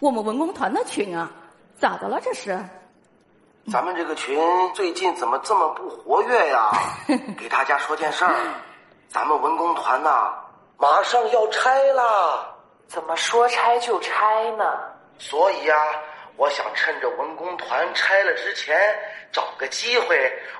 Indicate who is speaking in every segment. Speaker 1: 我们文工团的群啊，咋的了这是？
Speaker 2: 咱们这个群最近怎么这么不活跃 呀？给大家说件事儿，咱们文工团呐、马上要拆啦，
Speaker 3: 怎么说拆就拆呢？
Speaker 2: 所以呀、我想趁着文工团拆了之前，找个机会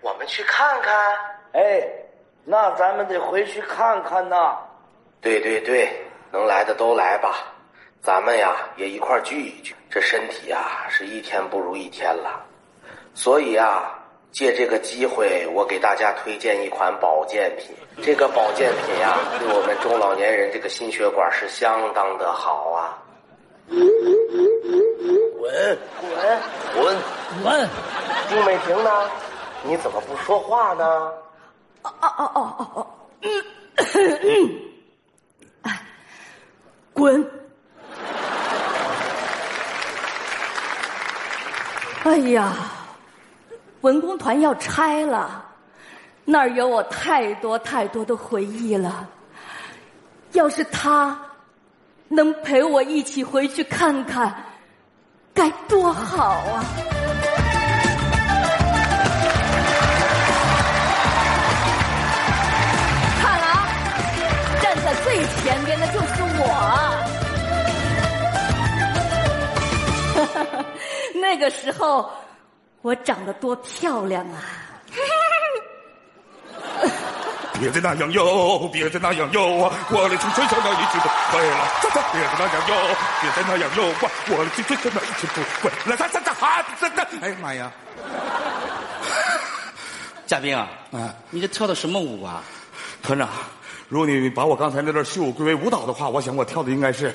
Speaker 2: 我们去看看。
Speaker 4: 哎，那咱们得回去看看呐。
Speaker 2: 对对对，能来的都来吧，咱们呀也一块儿聚一聚。这身体呀是一天不如一天了，所以呀，借这个机会，我给大家推荐一款保健品。这个保健品呀，对我们中老年人这个心血管是相当的好啊。
Speaker 5: 滚
Speaker 2: 滚，
Speaker 5: 滚滚！
Speaker 2: 朱美婷呢？你怎么不说话呢？
Speaker 1: 滚！哎呀，文工团要拆了，那儿有我太多太多的回忆了。要是他能陪我一起回去看看，该多好啊！看啊，站在最前边的就是我。 那个时候我长得多漂亮啊！
Speaker 6: 别再那样哟，别再那样哟，我的青春像那一去不回了。走走，别再那样哟，别再那样哟，我我的青春像那一去不回来。咋咋咋哈咋咋！哎呀妈呀！
Speaker 5: 嘉宾啊，
Speaker 6: 嗯
Speaker 5: 你这跳的什么舞啊？
Speaker 6: 团长，如果你把我刚才那段秀归为舞蹈的话，我想我跳的应该是《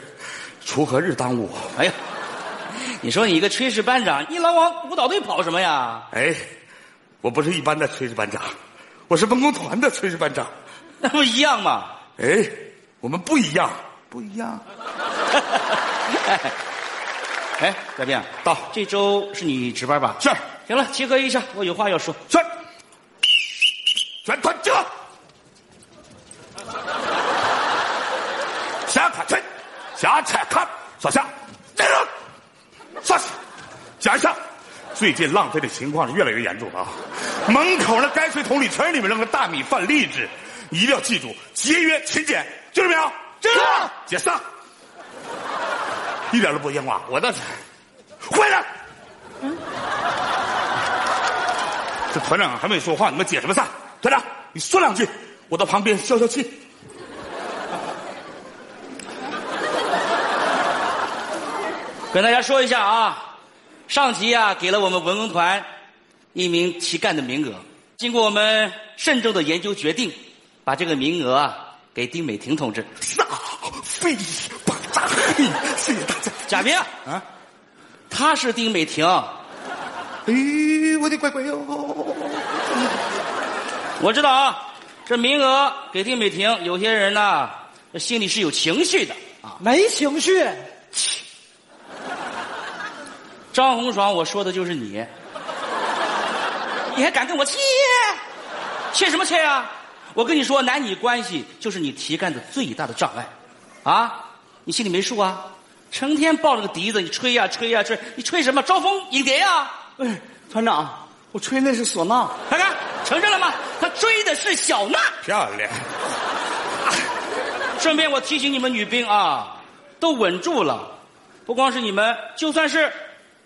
Speaker 6: 锄禾日当午》。
Speaker 5: 哎呀，你说你一个炊事班长，你老往舞蹈队跑什么呀？
Speaker 6: 哎，我不是一般的炊事班长，我是文工团的炊事班长。
Speaker 5: 那不一样吗？
Speaker 6: 哎，我们不一样，不一样。
Speaker 5: 哎，嘉宾啊，
Speaker 6: 到
Speaker 5: 这周是你值班吧？
Speaker 6: 是
Speaker 5: 行了，集合一下，我有话要说。
Speaker 6: 是，全团集合，向卡圈，向前看，上下，站住，上去，讲一下。最近浪费的情况是越来越严重了啊！门口那泔水桶里全是你们扔的大米饭、栗子，你一定要记住节约勤俭，记住没有？记住。解散，一点都不像话。我那是，回来。这团长还没说话，你们解什么散？团长，你说两句，我到旁边消消气。
Speaker 5: 跟大家说一下啊，上级啊给了我们文工团一名旗干的名额，经过我们慎重的研究决定，把这个名额啊给丁美婷同志。
Speaker 6: 煞啊费巴扎，谢谢大家。
Speaker 5: 贾明，
Speaker 6: 啊，
Speaker 5: 她是丁美婷，
Speaker 6: 哎，我的乖乖哟、
Speaker 5: 我知道啊，这名额给丁美婷，有些人呐，这心里是有情绪的啊。
Speaker 7: 没情绪，
Speaker 5: 张红爽，我说的就是你，你还敢跟我气？切什么切啊？我跟你说，男女关系就是你提干的最大的障碍，啊，你心里没数啊？成天抱着个笛子，你吹呀、吹呀、吹，你吹什么？招蜂引蝶呀、啊
Speaker 7: 哎，团长，我吹那是唢呐，
Speaker 5: 看看，承认了吗？他追的是小娜。
Speaker 6: 漂亮。
Speaker 5: 顺便我提醒你们女兵啊，都稳住了，不光是你们，就算是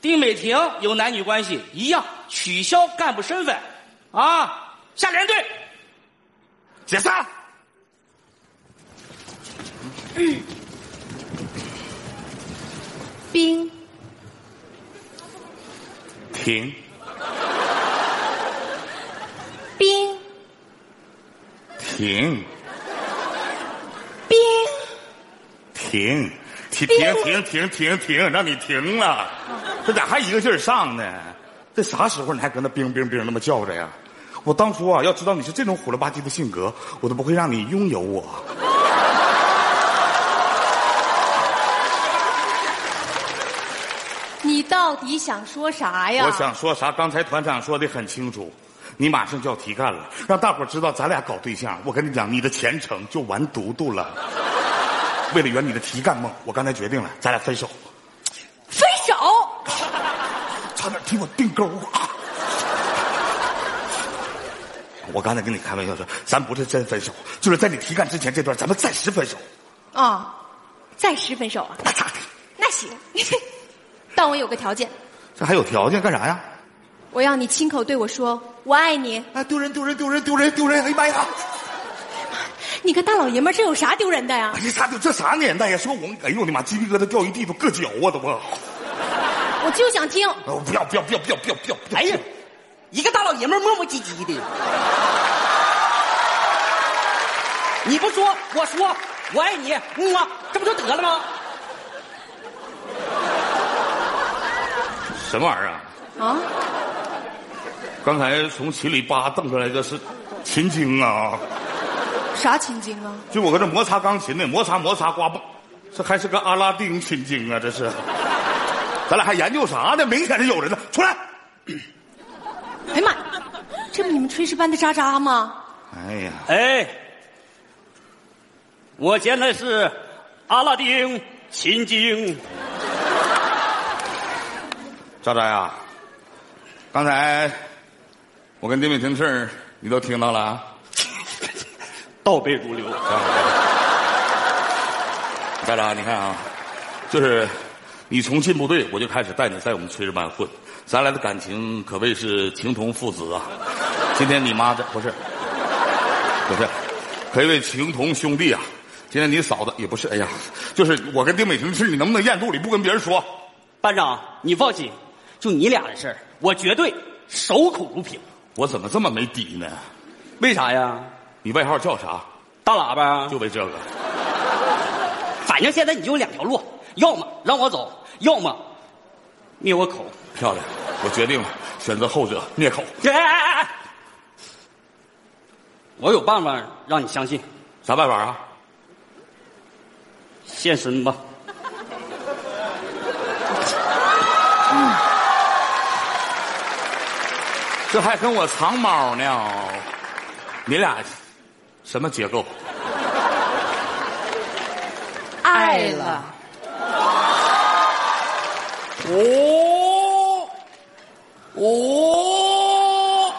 Speaker 5: 丁美婷有男女关系，一样取消干部身份，啊，下连队。
Speaker 6: 解啊散。
Speaker 8: 冰
Speaker 6: 停，
Speaker 8: 冰
Speaker 6: 停，
Speaker 8: 冰
Speaker 6: 停，停，停，停，停，停，停，让你停了。这咋还一个劲儿上呢？这啥时候你还搁那冰冰冰那么叫着呀？我当初啊，要知道你是这种虎了吧唧的性格，我都不会让你拥有我。
Speaker 8: 你到底想说啥呀？
Speaker 6: 我想说啥？刚才团长说的很清楚，你马上就要提干了，让大伙儿知道咱俩搞对象。我跟你讲，你的前程就完 犊犊了。为了圆你的提干梦，我刚才决定了，咱俩分手。差点替我定钩。啊 我刚才跟你开玩笑说，咱不是真分手，就是在你提干之前这段，咱们暂时分手。
Speaker 1: 啊，暂时分手啊？
Speaker 6: 那咋的？
Speaker 1: 那行， 但我有个条件，
Speaker 6: 这还有条件干啥呀？
Speaker 1: 我要你亲口对我说“我爱你
Speaker 6: 啊，丢人丢人丢人丢人丢人！哎呀妈呀！”。
Speaker 1: 你个大老爷们儿，这有啥丢人的呀
Speaker 6: 哎？呀，啥丢？这啥年代呀？说我们，哎呦我的妈，鸡皮疙瘩掉一地都硌脚啊，都不。
Speaker 1: 我就想听。
Speaker 6: 我哦不要不要不要不要不要不要！不要
Speaker 5: 哎呀，一个大老爷们儿磨磨唧唧的。你不说，我说，我爱你，嗯啊，这不就得了吗？
Speaker 6: 什么玩意儿啊？
Speaker 1: 啊，
Speaker 6: 刚才从琴里扒瞪出来的是琴经啊！
Speaker 1: 啥情景啊？
Speaker 6: 就我搁这摩擦钢琴呢，摩擦摩擦刮蹦，这还是个阿拉丁琴经啊！这是，咱俩还研究啥呢？明显是有人呢，出来！
Speaker 1: 哎呀妈，呀，这不你们炊事班的渣渣吗？
Speaker 6: 哎呀，
Speaker 9: 哎，我原来是阿拉丁秦经，
Speaker 6: 渣渣呀，啊刚才我跟丁美婷事儿，你都听到了啊？
Speaker 9: 倒背如 流。
Speaker 6: 大渣，你看啊，就是你从进部队，我就开始带你在我们炊事班混，咱俩的感情可谓是情同父子啊。今天你妈在，不是，不是，可谓情同兄弟啊。今天你嫂子也不是，哎呀，就是我跟丁美婷的事，你能不能咽肚里不跟别人说？
Speaker 5: 班长，你放心，就你俩的事儿，我绝对守口如瓶。
Speaker 6: 我怎么这么没底呢？
Speaker 5: 为啥呀？
Speaker 6: 你外号叫啥？
Speaker 5: 大喇叭啊
Speaker 6: 就为这个，
Speaker 5: 反正现在你就有两条路，要么让我走，要么灭我口。
Speaker 6: 漂亮！我决定了，选择后者，灭口。
Speaker 5: 哎哎哎哎！我有办法让你相信，
Speaker 6: 啥办法啊？
Speaker 5: 现身吧。
Speaker 6: 这还跟我藏猫呢，哦你俩什么结构？
Speaker 10: 爱了。
Speaker 6: 哦，哦，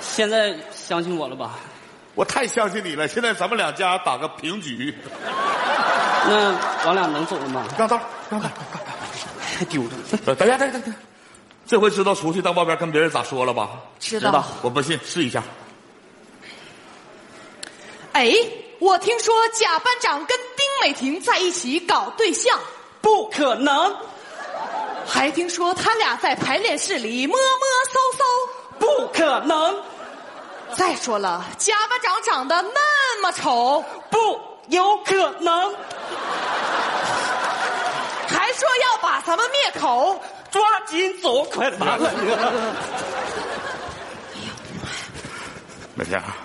Speaker 5: 现在相信我了吧？
Speaker 6: 我太相信你了。现在咱们两家打个平局，
Speaker 5: 那咱俩能走了吗？
Speaker 6: 让道，让道。
Speaker 5: 太 丢人了。
Speaker 6: 等一下，等一下，等一下，这回知道出去当包边跟别人咋说了吧？
Speaker 10: 知
Speaker 5: 道知道
Speaker 6: 我不信，试一下。
Speaker 11: 哎，我听说贾班长跟丁美婷在一起搞对象，
Speaker 5: 不可能，
Speaker 11: 还听说他俩在排练室里摸摸
Speaker 5: 不可能，
Speaker 11: 搜搜。再说了，贾班长长得那么丑，
Speaker 5: 不有可能，
Speaker 11: 还说要把咱们灭口，
Speaker 5: 抓紧走，快完了你了。
Speaker 6: 美天，啊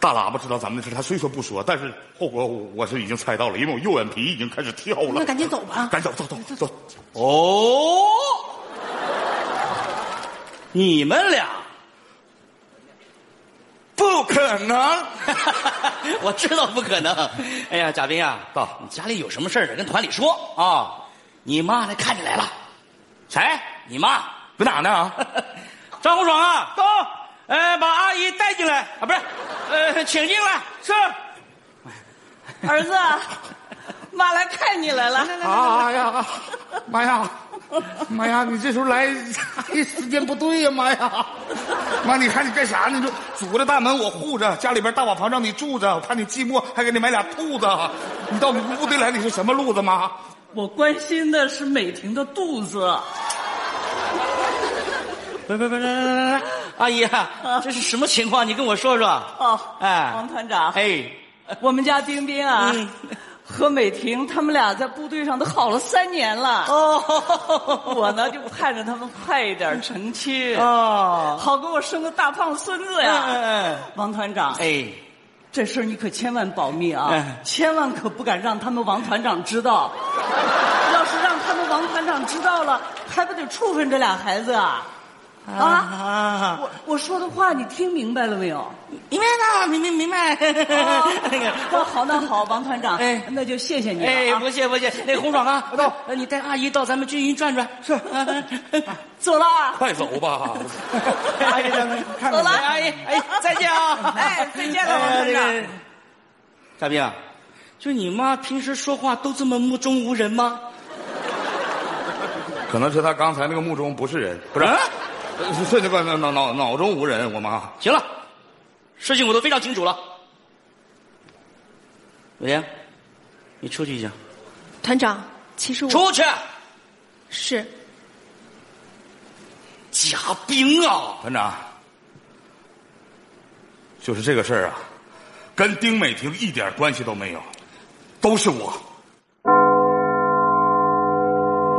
Speaker 6: 大喇叭知道咱们的事，他虽说不说，但是后果我我是已经猜到了，因为我右眼皮已经开始跳了。
Speaker 1: 那赶紧走吧
Speaker 6: 赶紧走，走走走。
Speaker 5: 哦，你们俩，
Speaker 6: 不可能！
Speaker 5: 我知道不可能。哎呀，贾斌啊，
Speaker 6: 爸
Speaker 5: 你家里有什么事儿跟团里说啊？你妈来看你来了，谁？你妈？
Speaker 6: 搁哪呢 啊？
Speaker 12: 张红爽啊，到，呃，
Speaker 5: 哎
Speaker 12: 把阿姨带进来啊，不是，呃，请进来。是，
Speaker 11: 儿子，妈来看你来了。
Speaker 6: 啊呀，妈呀，妈呀！你这时候来，哎时间不对呀、妈呀！妈，你看你干啥呢？这祖国的大门我护着，家里边大瓦房让你住着，我怕你寂寞，还给你买俩兔子。你到我们部队来，你是什么路子妈？
Speaker 11: 我关心的是美婷的肚子。
Speaker 12: 别别别别别别！阿姨啊，这是什么情况？你跟我说说。
Speaker 11: 哦，
Speaker 5: 啊
Speaker 12: 哎
Speaker 11: 王团长，
Speaker 12: 哎，
Speaker 11: 我们家丁丁啊，和美婷他们俩在部队上都好了三年了。哦， 我呢就盼着他们快一点成亲，
Speaker 12: 哦，
Speaker 11: 好给我生个大胖孙子
Speaker 12: 哎
Speaker 11: 呀。
Speaker 5: 嗯
Speaker 12: 哎
Speaker 11: 王团长，
Speaker 12: 哎，
Speaker 11: 这事儿你可千万保密
Speaker 5: 嗯
Speaker 11: 啊，
Speaker 12: 哎
Speaker 11: 千万可不敢让他们王团长知 道。要是让他们王团长知道了，还不得处分这俩孩子啊？啊！我我说的话你听明白了没有？哦
Speaker 5: 明白了，明明明白。 那个，
Speaker 11: 那好，那好，王团长，
Speaker 5: 哎
Speaker 11: 那就谢谢你
Speaker 5: 哎
Speaker 11: 了，啊！
Speaker 5: 不谢不谢。那红爽啊，到你带阿姨到咱们军营转转。是，
Speaker 11: 走了啊，
Speaker 6: 快走吧！
Speaker 5: 阿姨，看
Speaker 11: 走了
Speaker 5: 阿姨，哎，再见啊！
Speaker 11: 哎再见了王
Speaker 5: 哎
Speaker 11: 团长。
Speaker 5: 这个大兵啊，就是你妈平时说话都这么目中无人吗？
Speaker 6: 可能是他刚才那个目中不是人，不是，
Speaker 5: 啊
Speaker 6: 是是那个脑脑脑脑中无人。我妈，
Speaker 5: 行了，事情我都非常清楚了。伟英，你出去一下。
Speaker 8: 团长，其实我
Speaker 5: 出去，
Speaker 8: 是
Speaker 5: 贾冰啊！
Speaker 6: 团长，就是这个事儿啊，跟丁美婷一点关系都没有，都是我。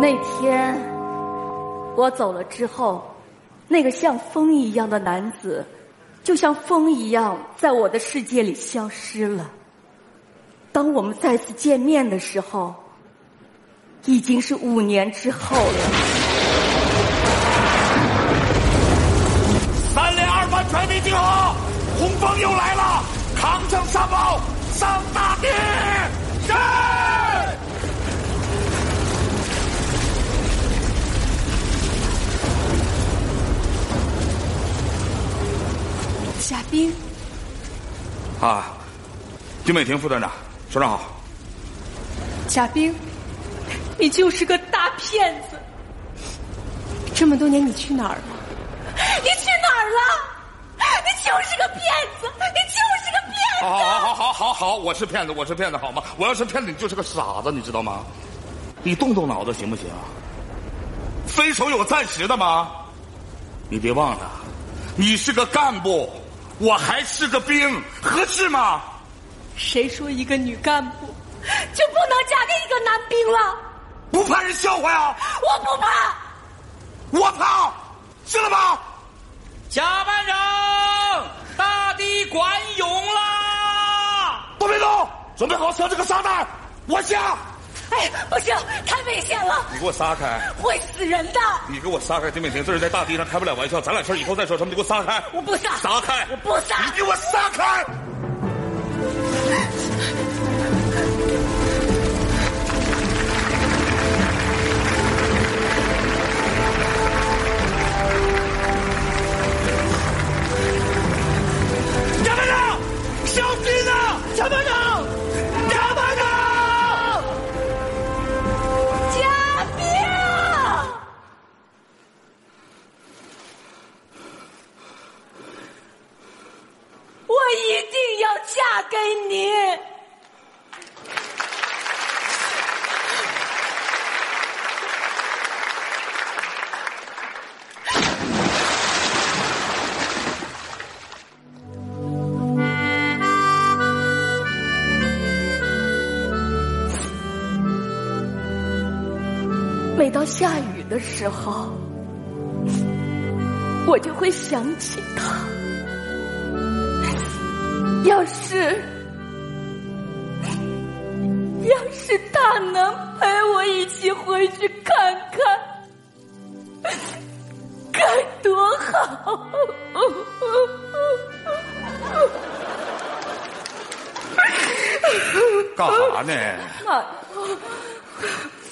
Speaker 1: 那天我走了之后，那个像风一样的男子，就像风一样在我的世界里消失了。当我们再次见面的时候，已经是五年之后了。
Speaker 6: 三连二班全体听好，红枫又来了，扛枪上报，上大地，是。
Speaker 8: 贾冰，
Speaker 6: 啊，丁美婷副团长，首长好。
Speaker 8: 贾冰，
Speaker 1: 你就是个大骗子！
Speaker 8: 这么多年你去哪儿了？
Speaker 1: 你去哪儿了？你就是个骗子！你就是个骗
Speaker 6: 好好好好好好，我是骗子，我是骗子，好吗？我要是骗子，你就是个傻子，你知道吗？你动动脑子行不行？分手有暂时的吗？你别忘了，你是个干部，我还是个兵，合适吗？
Speaker 8: 谁说一个女干 部就不能嫁给一个男兵了？
Speaker 6: 不怕人笑话呀？
Speaker 8: 我不怕。
Speaker 6: 我怕，信了吧？
Speaker 5: 贾班长，大地管用啦！
Speaker 6: 都别动，准备好挑这个沙袋，我下。
Speaker 8: 哎，不行，太危险了，
Speaker 6: 你给我撒开！
Speaker 8: 会死人的。
Speaker 6: 你给我撒开！丁美婷，这是在大地上开不了玩笑，咱俩事儿以后再说。什么？你给我撒开！
Speaker 8: 我不撒，
Speaker 6: 撒开！
Speaker 8: 我不撒。
Speaker 6: 你给我撒开！
Speaker 5: 贾班长，小心啊！贾班长，贾班长，
Speaker 8: 贾冰，
Speaker 1: 我一定要嫁给你！每到下雨的时候，我就会想起他。要是，要是他能陪我一起回去看看，该多好！
Speaker 6: 干啥呢？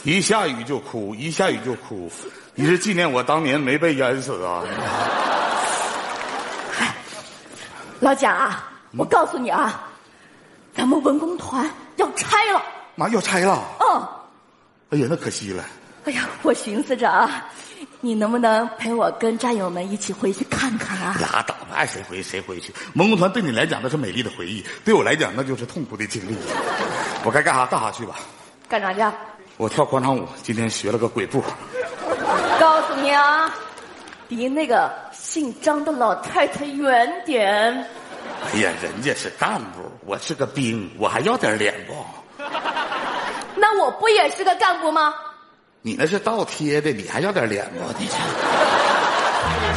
Speaker 6: 一下雨就哭，一下雨就哭，你是纪念我当年没被淹死啊？
Speaker 1: 老贾啊，我告诉你啊，咱们文工团要拆了。
Speaker 6: 妈要拆了，
Speaker 1: 嗯，
Speaker 6: 哎呀，那可惜了。
Speaker 1: 哎呀，我寻思着啊，你能不能陪我跟战友们一起回去看看啊？
Speaker 6: 拉倒吧，爱谁回谁回去。文工团对你来讲那是美丽的回忆，对我来讲那就是痛苦的经历。我该干啥干啥去吧。
Speaker 1: 干啥去？啊
Speaker 6: 我跳广场舞，今天学了个鬼步。
Speaker 1: 告诉你啊，离那个姓张的老太太远点。
Speaker 6: 哎呀，人家是干部，我是个兵，我还要点脸不？
Speaker 1: 那我不也是个干部吗？
Speaker 6: 你那是倒贴的，你还要点脸不？你这。